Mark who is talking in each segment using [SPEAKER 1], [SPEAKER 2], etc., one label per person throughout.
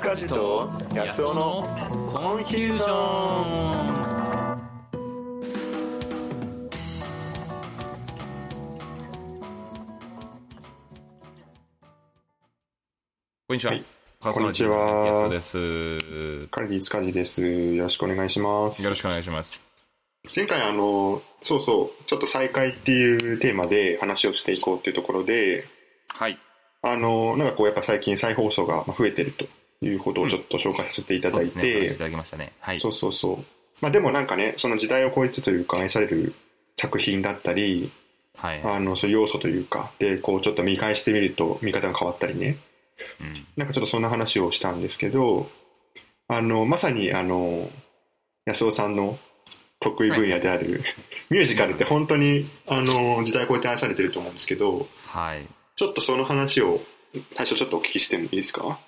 [SPEAKER 1] 塚地と安尾のコンフュージョンこんにちは。
[SPEAKER 2] はい
[SPEAKER 1] パーソナリティの安尾です。
[SPEAKER 2] カルディスカジです。よろしくお願いします
[SPEAKER 1] よ。ろしくお願いします。
[SPEAKER 2] 前回あの、そうそう、ちょっと再開っていうテーマで話をしていこうっていうところで、
[SPEAKER 1] はい。
[SPEAKER 2] あの、なんかこうやっぱ最近再放送がまあ増えてるということをちょっと紹介させていただい、
[SPEAKER 1] そうですねお話していただきましたね。はい。
[SPEAKER 2] そうそうそう。まあでもなんかね、その時代を超えてというか愛される作品だったり、
[SPEAKER 1] はい。
[SPEAKER 2] あの、そういう要素というか、で、こうちょっと見返してみると見方が変わったりね、
[SPEAKER 1] うん
[SPEAKER 2] なんかちょっとそんな話をしたんですけど、あの、まさにあの、安尾さんの得意分野である、 ミュージカルって本当にあの、時代を超えて愛されてると思うんですけど、
[SPEAKER 1] はい。
[SPEAKER 2] ちょっとその話を最初ちょっとお聞きしてもいいですか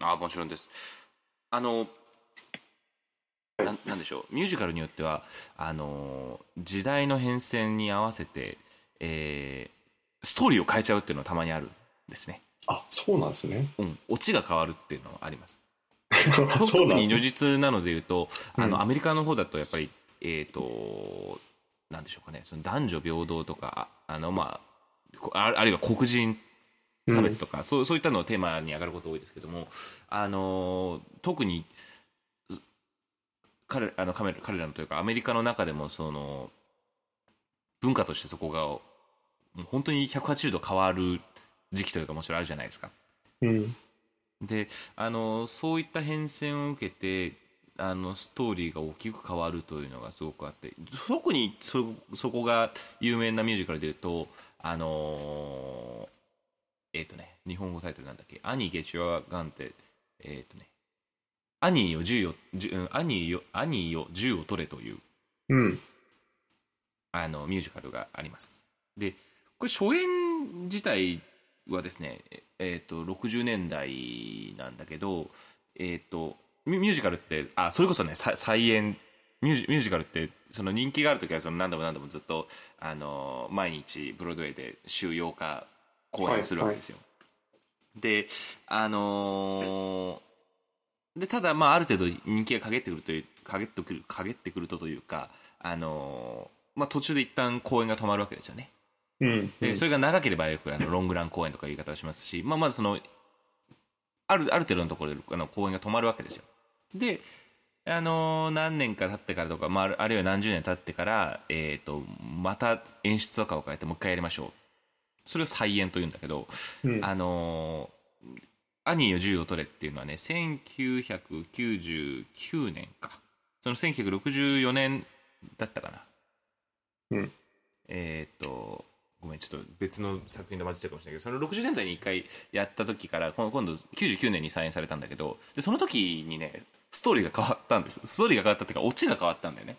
[SPEAKER 1] あもちろんですあのななんでしょうミュージカルによってはあの時代の変遷に合わせて、えーストーリーを変えちゃうっていうのはたまにあるんですね、
[SPEAKER 2] あ、そうなんです ね。
[SPEAKER 1] うん、オチが変わるっていうのはありますと
[SPEAKER 2] そう
[SPEAKER 1] 特
[SPEAKER 2] なん
[SPEAKER 1] に如
[SPEAKER 2] です
[SPEAKER 1] 実なので言うと、あ
[SPEAKER 2] う
[SPEAKER 1] の
[SPEAKER 2] ん
[SPEAKER 1] アメリカの方だとやっぱり、えー、となんでしょうかねその男女平等とかああの、まあ、こああるいは黒人差別とか、そうそういったのをテーマに上がること多いですけども、あの特にず彼あの彼ら彼らのというかアメリカの中でもその文化としてそこがもう本当に180度変わる時期というかもちろんあるじゃないですか。
[SPEAKER 2] うん。
[SPEAKER 1] であのそういった変遷を受けてあのストーリーが大きく変わるというのがすごくあって特にそそこが有名なミュージカルでいうとあのえっ、とね日本語タイトルなんだっけ「アニー・ゲチュア・ガン」ってえっ、とね「アニーよ銃よ銃うんアニーよアニーよ銃を取れ」という
[SPEAKER 2] うん。
[SPEAKER 1] あのミュージカルがありますでこれ初演自体はですねええー、と60年代なんだけどえっ、とミュミュージカルってあそれこそねさ再演ミュージミュージカルってその人気がある時はその何度も何度もずっと、あのー毎日ブロードウェイで週8日公演するわけですよ、であのーでただまあある程度人気が陰ってくるという陰ってくる陰ってくるとというかあのーまあ途中で一旦公演が止まるわけですよね
[SPEAKER 2] うん。
[SPEAKER 1] でそれが長ければよくあのロングラン公演とかいう言い方をしますしまあまずそのあるある程度のところであの公演が止まるわけですよであのー何年か経ってからとか、まあある、あるいは何十年経ってから、えー、とまた演出とかを変えてもう一回やりましょうそれを再演というんだけど、
[SPEAKER 2] うん
[SPEAKER 1] あのーアニーよ銃を取れ」っていうのはね1999年かその1964年だったかな
[SPEAKER 2] うん
[SPEAKER 1] えーっとごめんちょっと別の作品で混じってるかもしれないけどその60年代に1回やった時からこの今度99年に再演されたんだけどでその時にねストーリーが変わったんですストーリーが変わったっていうかオチが変わったんだよね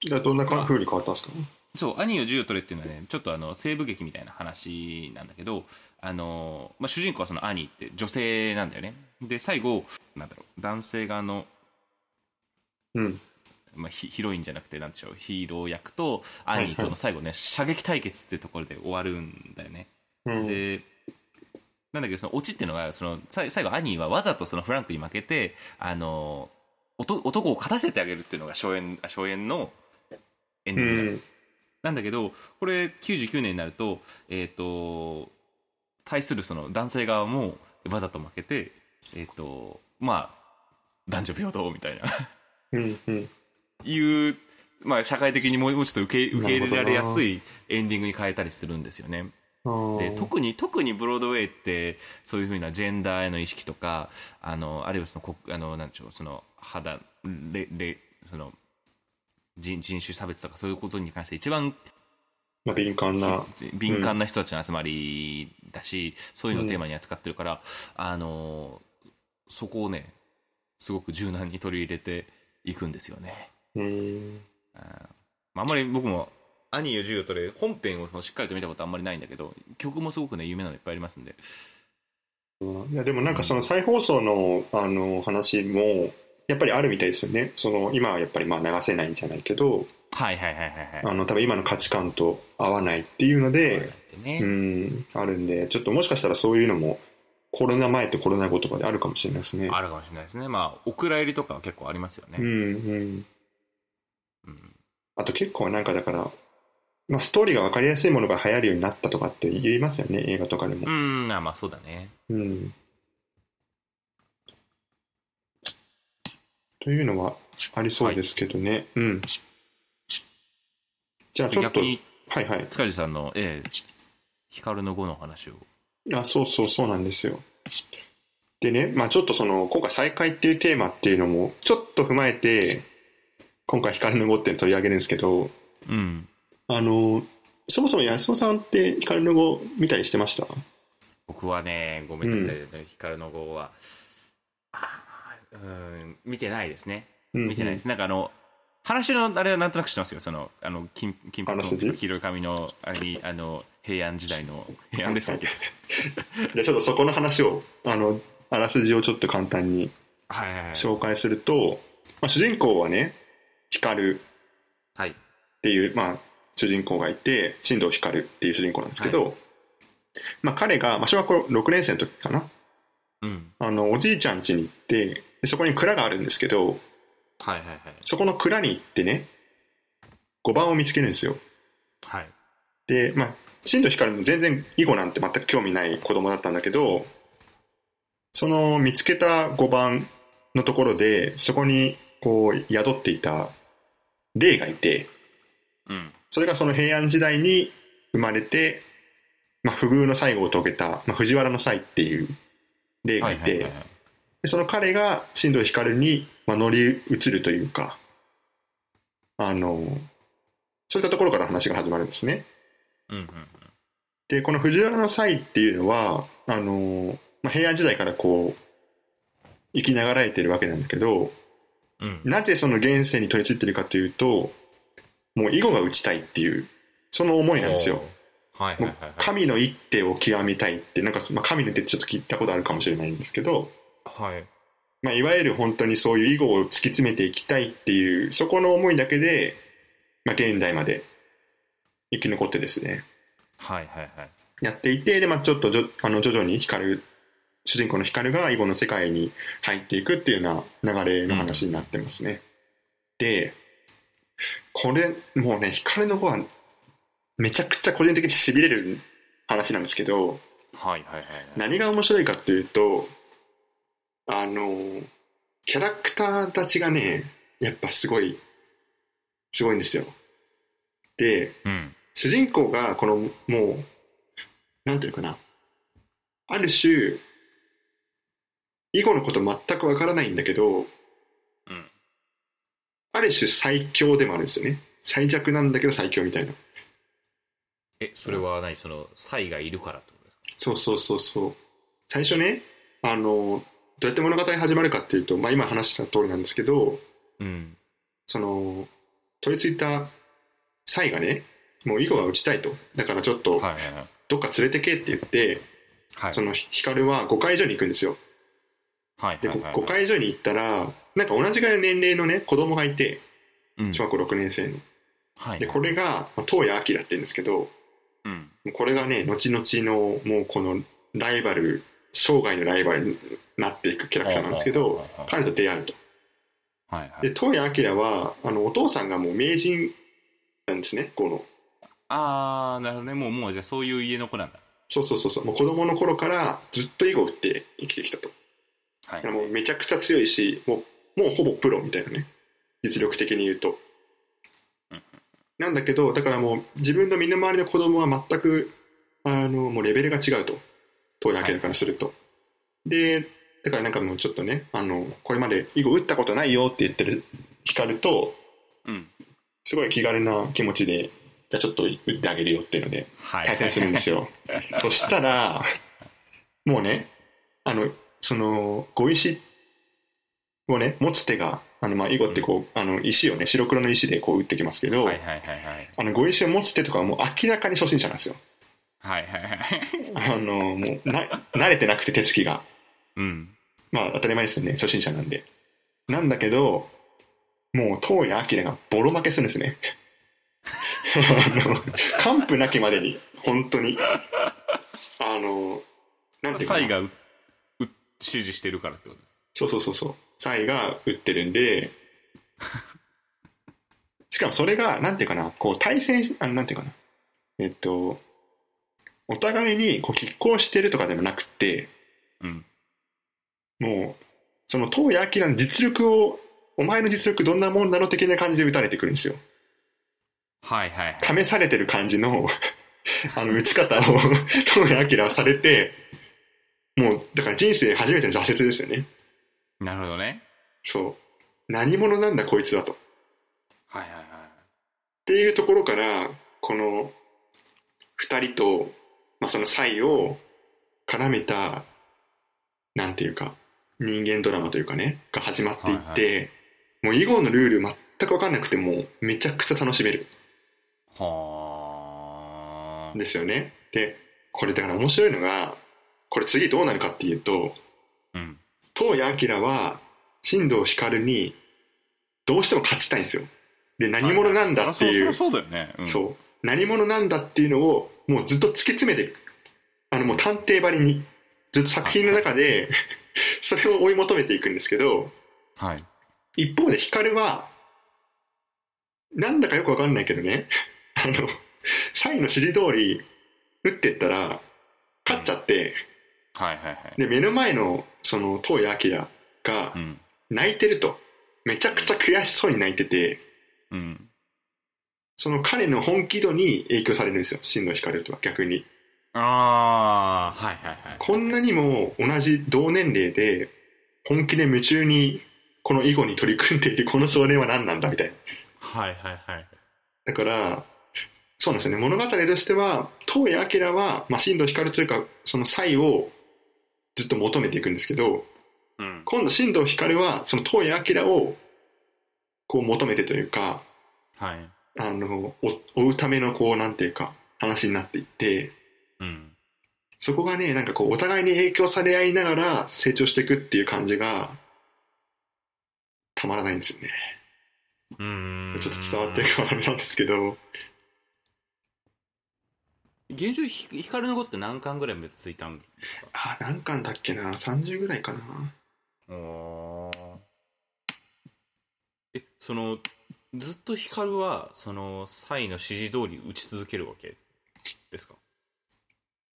[SPEAKER 2] じゃあどんなか風に変わったんですか
[SPEAKER 1] そう、兄を銃を取れっていうのはね、ちょっとあの、西部劇みたいな話なんだけど、あの、まあ、主人公はその兄って女性なんだよね。で、最後、なんだろう、男性側の、
[SPEAKER 2] うん。
[SPEAKER 1] まあ、ヒヒロインじゃなくて、なんでしょう、ヒーロー役と兄との最後ね、射撃対決っていうところで終わるんだよね。
[SPEAKER 2] うん。
[SPEAKER 1] で、なんだけど、そのオチっていうのが、その、さい最後、兄はわざとそのフランクに負けて、あの、おと男を勝たせてあげるっていうのが初演、初演のエン
[SPEAKER 2] う
[SPEAKER 1] ディングだった
[SPEAKER 2] ん。
[SPEAKER 1] なんだけど、これ99年になると、えっ、と、対するその男性側もわざと負けて、えっ、と、まあ、男女平等みたいな、
[SPEAKER 2] うん。うん。
[SPEAKER 1] いう、まあ、社会的にもうもうちょっと受け受け入れられやすいエンディングに変えたりするんですよね。
[SPEAKER 2] あー
[SPEAKER 1] で、特に、特にブロードウェイって、そういうふうなジェンダーへの意識とか、あの、あるいはその、こあの、なんでしょう、その、肌、れ、れ、その、人人種差別とかそういうことに関して一番
[SPEAKER 2] まあ敏感な。
[SPEAKER 1] 敏感な人たちの集まりだし、そういうのをテーマに扱ってるから、あのーそこをねすごく柔軟に取り入れていくんですよね、
[SPEAKER 2] うん。
[SPEAKER 1] うんまあ、あんまり僕も「兄よ授業とれ」本編をそのしっかりと見たことあんまりないんだけど曲もすごくね有名なのいっぱいありますんで
[SPEAKER 2] いやでもなんかその再放送のあの話もやっぱりあるみたいですよねその今はやっぱりまあ流せないんじゃないけど
[SPEAKER 1] はいはいはいはいは
[SPEAKER 2] あ
[SPEAKER 1] い
[SPEAKER 2] の多分今の価値観と合わないっていうので、
[SPEAKER 1] でね、
[SPEAKER 2] うんあるんでちょっともしかしたらそういうのもコロナ前とコロナ後とかであるかもしれないですね。
[SPEAKER 1] あるかもしれないですね。まあ、お蔵入りとかは結構ありますよね。
[SPEAKER 2] うんうん。
[SPEAKER 1] うん。
[SPEAKER 2] あと結構なんかだから、まあ、ストーリーが分かりやすいものが流行るようになったとかって言いますよね、映画とかでも
[SPEAKER 1] う。ん、あまあそうだね。
[SPEAKER 2] うん。というのはありそうですけどね。うん。じゃあちょっ
[SPEAKER 1] 逆
[SPEAKER 2] と、
[SPEAKER 1] に、
[SPEAKER 2] はいはい。
[SPEAKER 1] 塚地さんの、ええ、光の碁の話を。
[SPEAKER 2] あ、そうそうそうなんですよ。でね、まあちょっとその、今回再開っていうテーマっていうのも、ちょっと踏まえて、今回光の碁っていうのを取り上げるんですけど、
[SPEAKER 1] うん。
[SPEAKER 2] あの、そもそも安尾さんって光の碁見たりしてました
[SPEAKER 1] 僕はね、ごめんなさい、光の碁は、あーうん、見てないですね。見てないです。なんかあの、話のあれはなんとなく知ってますよ。その、あの、金、金髪
[SPEAKER 2] あらすじ
[SPEAKER 1] の黄色い髪の、あれに、あの、平安時代の、平安でしたっけ
[SPEAKER 2] じゃあちょっとそこの話を、あの、あらすじをちょっと簡単に
[SPEAKER 1] はいはいはい。
[SPEAKER 2] 紹介すると、まあ、主人公はね、光っ
[SPEAKER 1] はい。
[SPEAKER 2] ていう、まあ、主人公がいて、進藤光っていう主人公なんですけど、まあ彼が、まあ、小学校6年生の時かな、
[SPEAKER 1] うん。
[SPEAKER 2] あの、おじいちゃん家に行って、でそこに蔵があるんですけど、
[SPEAKER 1] はいはいはい。
[SPEAKER 2] そこの蔵に行ってね、5番を見つけるんですよ。
[SPEAKER 1] はい。
[SPEAKER 2] で、まあ、進藤光も全然囲碁なんて全く興味ない子供だったんだけど、その見つけた5番のところで、そこにこう宿っていた霊がいて、
[SPEAKER 1] うん。
[SPEAKER 2] それがその平安時代に生まれて、まあ、不遇の最後を遂げた、まあ、藤原の才っていう霊がいて、
[SPEAKER 1] い。
[SPEAKER 2] でその彼が進藤光に、まあ、乗り移るというか、あの、そういったところから話が始まるんですね。
[SPEAKER 1] うんうん
[SPEAKER 2] でこの藤原の才っていうのはあのー、まあ、平安時代からこう生きながらえてるわけなんだけど
[SPEAKER 1] うん。うん。
[SPEAKER 2] なぜその現世に取り付いてるかというともう囲碁が打ちたいっていうその思いなんですよ。
[SPEAKER 1] おー。はいはい
[SPEAKER 2] も
[SPEAKER 1] は
[SPEAKER 2] う
[SPEAKER 1] いはい。
[SPEAKER 2] 神の一手を極めたいってなんか、まあ、神の手ってちょっと聞いたことあるかもしれないんですけど、
[SPEAKER 1] はい。
[SPEAKER 2] まあ、いわゆる本当にそういう囲碁を突き詰めていきたいっていうそこの思いだけで、まあ、現代まで生き残ってですね
[SPEAKER 1] はいはいはい。
[SPEAKER 2] やっていて、で、まあちょっとじょあの徐々に光、主人公の光が囲碁の世界に入っていくっていうような流れの話になってますね。で、これ、もうね、光の碁は、めちゃくちゃ個人的に痺れる話なんですけど、
[SPEAKER 1] はいはいはいはい。
[SPEAKER 2] 何が面白いかっていうと、あの、キャラクターたちがね、やっぱすごい、すごいんですよ。で、
[SPEAKER 1] うん。
[SPEAKER 2] 主人公がこのもうなんていうかなある種囲碁のこと全くわからないんだけど、
[SPEAKER 1] うん
[SPEAKER 2] ある種最強でもあるんですよね最弱なんだけど最強みたいな
[SPEAKER 1] え、それは何その、サイがいるからってことですか
[SPEAKER 2] そうそうそうそう最初ねあのどうやって物語が始まるかっていうと、まあ、今話した通りなんですけど
[SPEAKER 1] うん。
[SPEAKER 2] その取り付いた才がねもう囲碁は打ちたいとだからちょっと
[SPEAKER 1] はいはいはい。
[SPEAKER 2] どっか連れてけって言って、
[SPEAKER 1] はい
[SPEAKER 2] そ。の光は5会所に行くんですよ
[SPEAKER 1] はい
[SPEAKER 2] で
[SPEAKER 1] はいはい。
[SPEAKER 2] 5会所に行ったらなんか同じぐらいの年齢のね子供がいて
[SPEAKER 1] うん。
[SPEAKER 2] 小学校6年生の
[SPEAKER 1] はい。
[SPEAKER 2] でこれがまあ東谷明って言うんですけども
[SPEAKER 1] うん。
[SPEAKER 2] うこれがね後々のもうこのライバル生涯のライバルになっていくキャラクターなんですけど
[SPEAKER 1] はいはい
[SPEAKER 2] 彼と出会うと
[SPEAKER 1] はいはい。
[SPEAKER 2] で東谷明はあのお父さんがもう名人なんですねこの
[SPEAKER 1] あー、なるほどね。もう、もう、じゃあそういう家の子なんだ。
[SPEAKER 2] そうそうそうそうもう子供の頃からずっと囲碁を打って生きてきたと
[SPEAKER 1] はい。
[SPEAKER 2] もうめちゃくちゃ強いしもうもうほぼプロみたいなね実力的に言うと
[SPEAKER 1] うん
[SPEAKER 2] なんだけどだからもう自分の身の回りの子供は全くあのもうレベルが違うと当時明らからすると、でだからなんかもうちょっとねあのこれまで囲碁打ったことないよって言ってる光ると
[SPEAKER 1] うん。
[SPEAKER 2] すごい気軽な気持ちでじゃあちょっと打ってあげるよっていうので
[SPEAKER 1] はい。
[SPEAKER 2] 対戦するんで すよ。そしたら、もうね、あの、その、碁石をね、持つ手が、あの、まあ、囲碁ってこう、あの、石をね、白黒の石でこう打ってきますけど、
[SPEAKER 1] はいはいはいはい。
[SPEAKER 2] あの、碁石を持つ手とかはもう明らかに初心者なんですよ。
[SPEAKER 1] はいはいはい。
[SPEAKER 2] あの、もう、な、慣れてなくて手つきが。
[SPEAKER 1] うん。
[SPEAKER 2] まあ、当たり前ですよね、初心者なんで。なんだけど、もう、東谷明がボロ負けするんですね。あの、完膚なきまでに、本当に。あの、なんていうかな
[SPEAKER 1] サイが打っ支持してるからってことです。
[SPEAKER 2] そうそうそうそう。サイが打ってるんで、 しかもそれが、なんていうかな、こう対戦し、あなんていうかな、えっと、お互いにこう拮抗してるとかでもなくて、
[SPEAKER 1] うん。
[SPEAKER 2] もう、その東谷明の実力を、お前の実力どんなもんなの的な感じで打たれてくるんですよ。
[SPEAKER 1] はいはいはい。
[SPEAKER 2] 試されてる感じのあの打ち方を東谷明はされてもうだから人生初めての挫折ですよね
[SPEAKER 1] なるほどね。
[SPEAKER 2] そう何者なんだこいつはとっ
[SPEAKER 1] はいはいはい。
[SPEAKER 2] ていうところからこの2人と、まあ、その才を絡めたなんていうか人間ドラマというかねが始まっていって、もう囲碁のルール全く分かんなくてもめちゃくちゃ楽しめる
[SPEAKER 1] はー
[SPEAKER 2] ですよね。で、これだから面白いのが、これ次どうなるかっていうと、
[SPEAKER 1] うん。
[SPEAKER 2] 東谷明は、新藤光に、どうしても勝ちたいんですよ。で、何者なんだっていう、
[SPEAKER 1] はいはいそりゃそうそりゃそうだよね。うん、
[SPEAKER 2] そう、何者なんだっていうのを、もうずっと突き詰めていく。あの、もう探偵ばりに、ずっと作品の中で、 それを追い求めていくんですけど、
[SPEAKER 1] はい。
[SPEAKER 2] 一方で光は、なんだかよくわかんないけどね、あの、サイの指示通り打ってったら、勝っちゃって、
[SPEAKER 1] はいはいはい。
[SPEAKER 2] で、目の前の、その、東谷明が
[SPEAKER 1] うん。
[SPEAKER 2] 泣いてると。めちゃくちゃ悔しそうに泣いてて、
[SPEAKER 1] うん。
[SPEAKER 2] その彼の本気度に影響されるんですよ、真の光とは逆に。
[SPEAKER 1] ああ、はいはいはい。
[SPEAKER 2] こんなにも同じ同年齢で、本気で夢中に、この囲碁に取り組んでいるこの少年は何なんだみたいな。
[SPEAKER 1] はいはいはい。
[SPEAKER 2] だから、そうなんですよね、物語としては、東谷明は、まあ、進藤光というか、その才をずっと求めていくんですけど、
[SPEAKER 1] うん。
[SPEAKER 2] 今度、進藤光は、その東谷明を、こう求めてというか、
[SPEAKER 1] はい。
[SPEAKER 2] あの、お追うための、こう、なんていうか、話になっていって、
[SPEAKER 1] うん。
[SPEAKER 2] そこがね、なんかこう、お互いに影響され合いながら成長していくっていう感じが、たまらないんですよね。
[SPEAKER 1] うーん。
[SPEAKER 2] ちょっと伝わってるかはあれなんですけど、
[SPEAKER 1] 現状、ひ光の碁って何巻ぐらいまでついたんですか
[SPEAKER 2] あ、何巻だっけな、30ぐらいかな。
[SPEAKER 1] おーえそのずっと光はそのサイの指示通り打ち続けるわけですか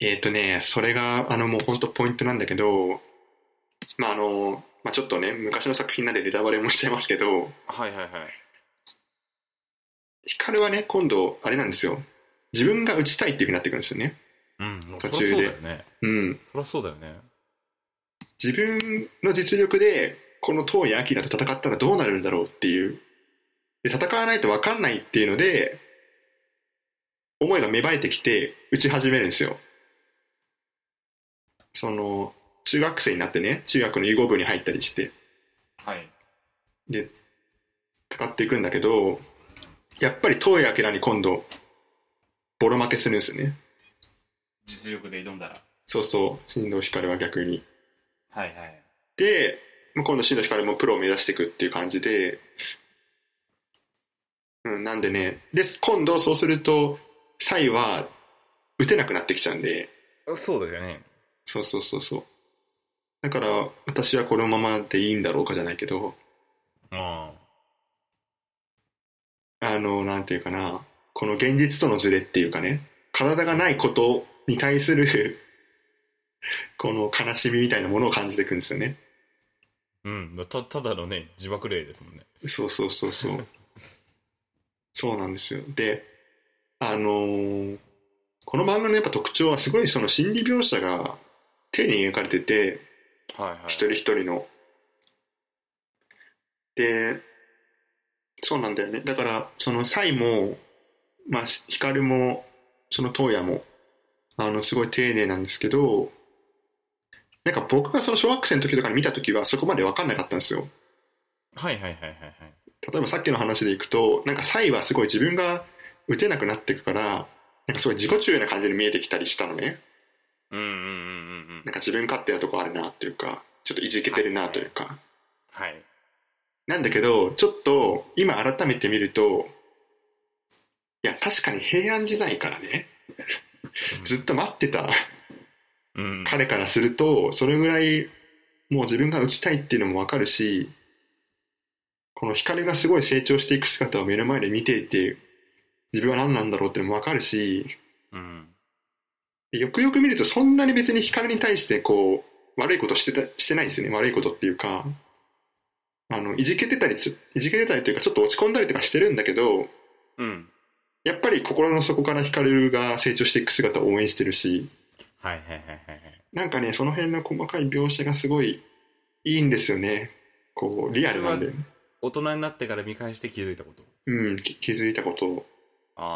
[SPEAKER 2] えっ、とね、それが、あの、もう本当ポイントなんだけど、まあ、あの、まあ、ちょっとね、昔の作品なんでネタバレもしちゃいますけど、
[SPEAKER 1] はいはいはい
[SPEAKER 2] ヒカルはね、今度、あれなんですよ。自分が打ちたいっていう風になってくるんですよね。
[SPEAKER 1] うん
[SPEAKER 2] 途
[SPEAKER 1] そりゃ
[SPEAKER 2] 中
[SPEAKER 1] そう
[SPEAKER 2] で
[SPEAKER 1] だよね
[SPEAKER 2] うん。
[SPEAKER 1] そりゃそうだよね
[SPEAKER 2] 自分の実力で、この東谷明と戦ったらどうなるんだろうっていう。で、戦わないと分かんないっていうので、思いが芽生えてきて、打ち始めるんですよ。その、中学生になってね、中学の囲碁部に入ったりして、
[SPEAKER 1] はい
[SPEAKER 2] で、戦っていくんだけど、やっぱり東谷明に今度、ボロ負けするんですよね。
[SPEAKER 1] 実力で挑んだら
[SPEAKER 2] そうそう、新藤光は逆に。
[SPEAKER 1] はいはい
[SPEAKER 2] で、まあ今度新藤光もプロを目指していくっていう感じで、うん、なんでね、で、今度そうすると、サイは打てなくなってきちゃうんで、
[SPEAKER 1] そうだよね
[SPEAKER 2] そうそうそうそう。だから、私はこのままでいいんだろうかじゃないけど、
[SPEAKER 1] あ
[SPEAKER 2] あの、なんていうかな、この現実とのズレっていうかね、体がないことに対する、 この悲しみみたいなものを感じていくんですよね。
[SPEAKER 1] あうんたただのね自爆霊ですもんね
[SPEAKER 2] そうそうそうそう。そうなんですよ。で、あのーこの漫画のやっぱ特徴はすごいその心理描写が丁寧に描かれてて、
[SPEAKER 1] はいはい
[SPEAKER 2] 一人一人の。で、そうなんだよね。だから、そのサイも、まあ、ヒカルも、そのトーヤも、あの、すごい丁寧なんですけど、なんか僕がその小学生の時とかに見た時はそこまで分かんなかったんですよ。
[SPEAKER 1] はいはいはいはいはい
[SPEAKER 2] 例えばさっきの話でいくとなんかサイはすごい自分が打てなくなっていくからなんかすごい自己中な感じに見えてきたりしたのね
[SPEAKER 1] うんうんうんうんうん
[SPEAKER 2] なんか自分勝手なとこあるなっていうかちょっといじけてるなというか
[SPEAKER 1] はい
[SPEAKER 2] なんだけどちょっと今改めて見るといや確かに平安時代からねずっと待ってた
[SPEAKER 1] うん
[SPEAKER 2] 彼からするとそれぐらいもう自分が打ちたいっていうのもわかるし、この光がすごい成長していく姿を目の前で見ていて、自分は何なんだろうっていうのもわかるし、
[SPEAKER 1] うん。
[SPEAKER 2] よくよく見るとそんなに別に光に対してこう、悪いことしてた、してないんですよね。悪いことっていうか、あの、いじけてたりつ、いじけてたりというかちょっと落ち込んだりとかしてるんだけど、
[SPEAKER 1] うん。
[SPEAKER 2] やっぱり心の底から光が成長していく姿を応援してるし、
[SPEAKER 1] はいはいはいはいはい。
[SPEAKER 2] なんかね、その辺の細かい描写がすごいいいんですよね。こう、リアルなんで。
[SPEAKER 1] 大人になってから見返して気づいたこと。
[SPEAKER 2] うん、き気づいたこと。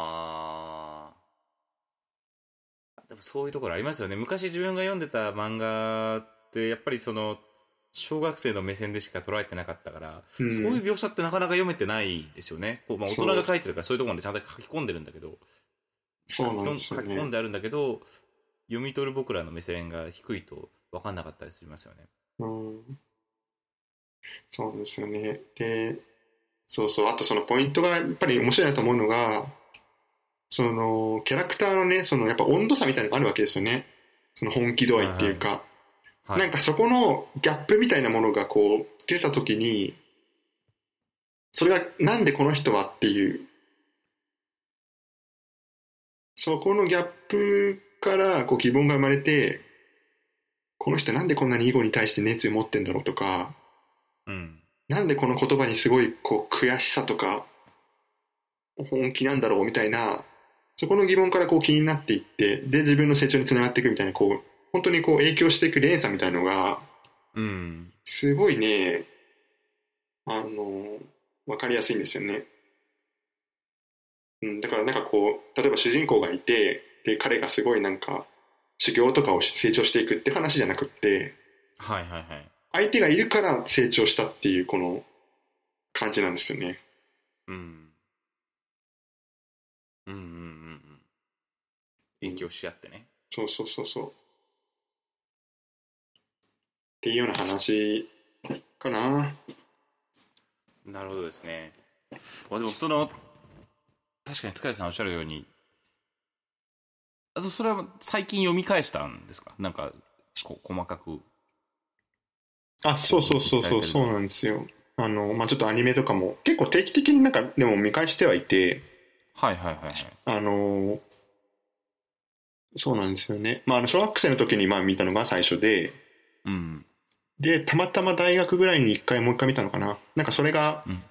[SPEAKER 1] ああ。でもそういうところありますよね。昔自分が読んでた漫画って、やっぱりその、小学生の目線でしか捉えてなかったから、
[SPEAKER 2] うん
[SPEAKER 1] そういう描写ってなかなか読めてないですよね。こうまあ、大人が書いてるからそういうところまでちゃんと書き込んでるんだけど、
[SPEAKER 2] そうなんです
[SPEAKER 1] 書き
[SPEAKER 2] よ
[SPEAKER 1] 込ん書き込ん
[SPEAKER 2] ね。
[SPEAKER 1] であるんだけど、読み取る僕らの目線が低いと分かんなかったりしますよね。
[SPEAKER 2] うん、そうですよね。で、そうそう、あとそのポイントがやっぱり面白いなと思うのが、その、キャラクターのね、そのやっぱ温度差みたいなのがあるわけですよね。その本気度合いっていうか。
[SPEAKER 1] はい。
[SPEAKER 2] なんかそこのギャップみたいなものがこう出た時にそれがなんでこの人はっていうそこのギャップからこう疑問が生まれてこの人なんでこんなに囲碁に対して熱意を持ってんだろうとか
[SPEAKER 1] うん。
[SPEAKER 2] なんでこの言葉にすごいこう悔しさとか本気なんだろうみたいなそこの疑問からこう気になっていってで自分の成長につながっていくみたいなこう本当にこう影響していく連鎖みたいのが
[SPEAKER 1] うん。
[SPEAKER 2] すごいね、あの、わかりやすいんですよね。うん、だからなんかこう、例えば主人公がいて、で、彼がすごいなんか、修行とかをし成長していくって話じゃなくって、
[SPEAKER 1] はいはいはい。
[SPEAKER 2] 相手がいるから成長したっていう、この、感じなんですよね。
[SPEAKER 1] うん。うんうんうんうん。影響し合ってね。
[SPEAKER 2] そうそうそうそう。っていうような話かな。
[SPEAKER 1] なるほどですね。あでもその、確かに塚地さんおっしゃるように、あとそれは最近読み返したんですかなんか、こ細かく。
[SPEAKER 2] あ、そうそうそうそう、そうなんですよ。あの、まあ、ちょっとアニメとかも、結構定期的になんか、でも見返してはいて、
[SPEAKER 1] はいはいはいはい。
[SPEAKER 2] あの、そうなんですよね。まあ、あの、小学生の時にまあ見たのが最初で、
[SPEAKER 1] うん。
[SPEAKER 2] で、たまたま大学ぐらいに一回もう一回見たのかな。なんかそれが
[SPEAKER 1] うん、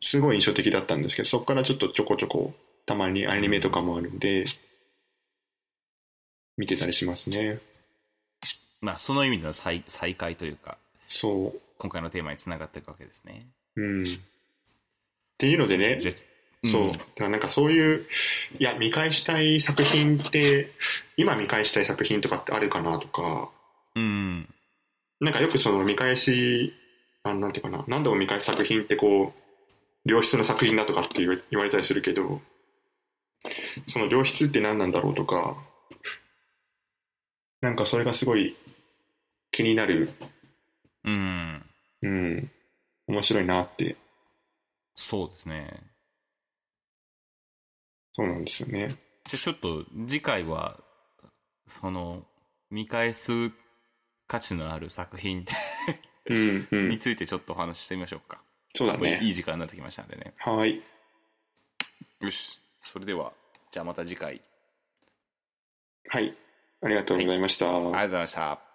[SPEAKER 2] すごい印象的だったんですけど、そこからちょっとちょこちょこ、たまにアニメとかもあるんで、見てたりしますね。
[SPEAKER 1] まあその意味での再再会というか、
[SPEAKER 2] そ
[SPEAKER 1] 今回のテーマにつながっていくわけですね。
[SPEAKER 2] う。うん。っていうのでね、
[SPEAKER 1] じゃ
[SPEAKER 2] そう。
[SPEAKER 1] ん
[SPEAKER 2] だからなんかそういう、いや、見返したい作品って、今見返したい作品とかってあるかなとか、
[SPEAKER 1] うん。
[SPEAKER 2] なんかよくその見返し、あのなんていうかな、何度も見返す作品ってこう、良質な作品だとかって言わ言われたりするけど、その良質って何なんだろうとか、なんかそれがすごい気になる、
[SPEAKER 1] うん。
[SPEAKER 2] うん、面白いなって、
[SPEAKER 1] そうですね。
[SPEAKER 2] そうなんですよね。
[SPEAKER 1] じゃあちょっと次回は、その、見返す価値のある作品
[SPEAKER 2] うん、う
[SPEAKER 1] に
[SPEAKER 2] ん、
[SPEAKER 1] ついてちょっとお話ししてみましょうか。
[SPEAKER 2] そうだ
[SPEAKER 1] ちょっとい
[SPEAKER 2] ね。
[SPEAKER 1] い時間になってきましたんでね。
[SPEAKER 2] はい。
[SPEAKER 1] よし。それでは、じゃあまた次回。
[SPEAKER 2] はい。ありがとうございました。
[SPEAKER 1] ありがとうございました。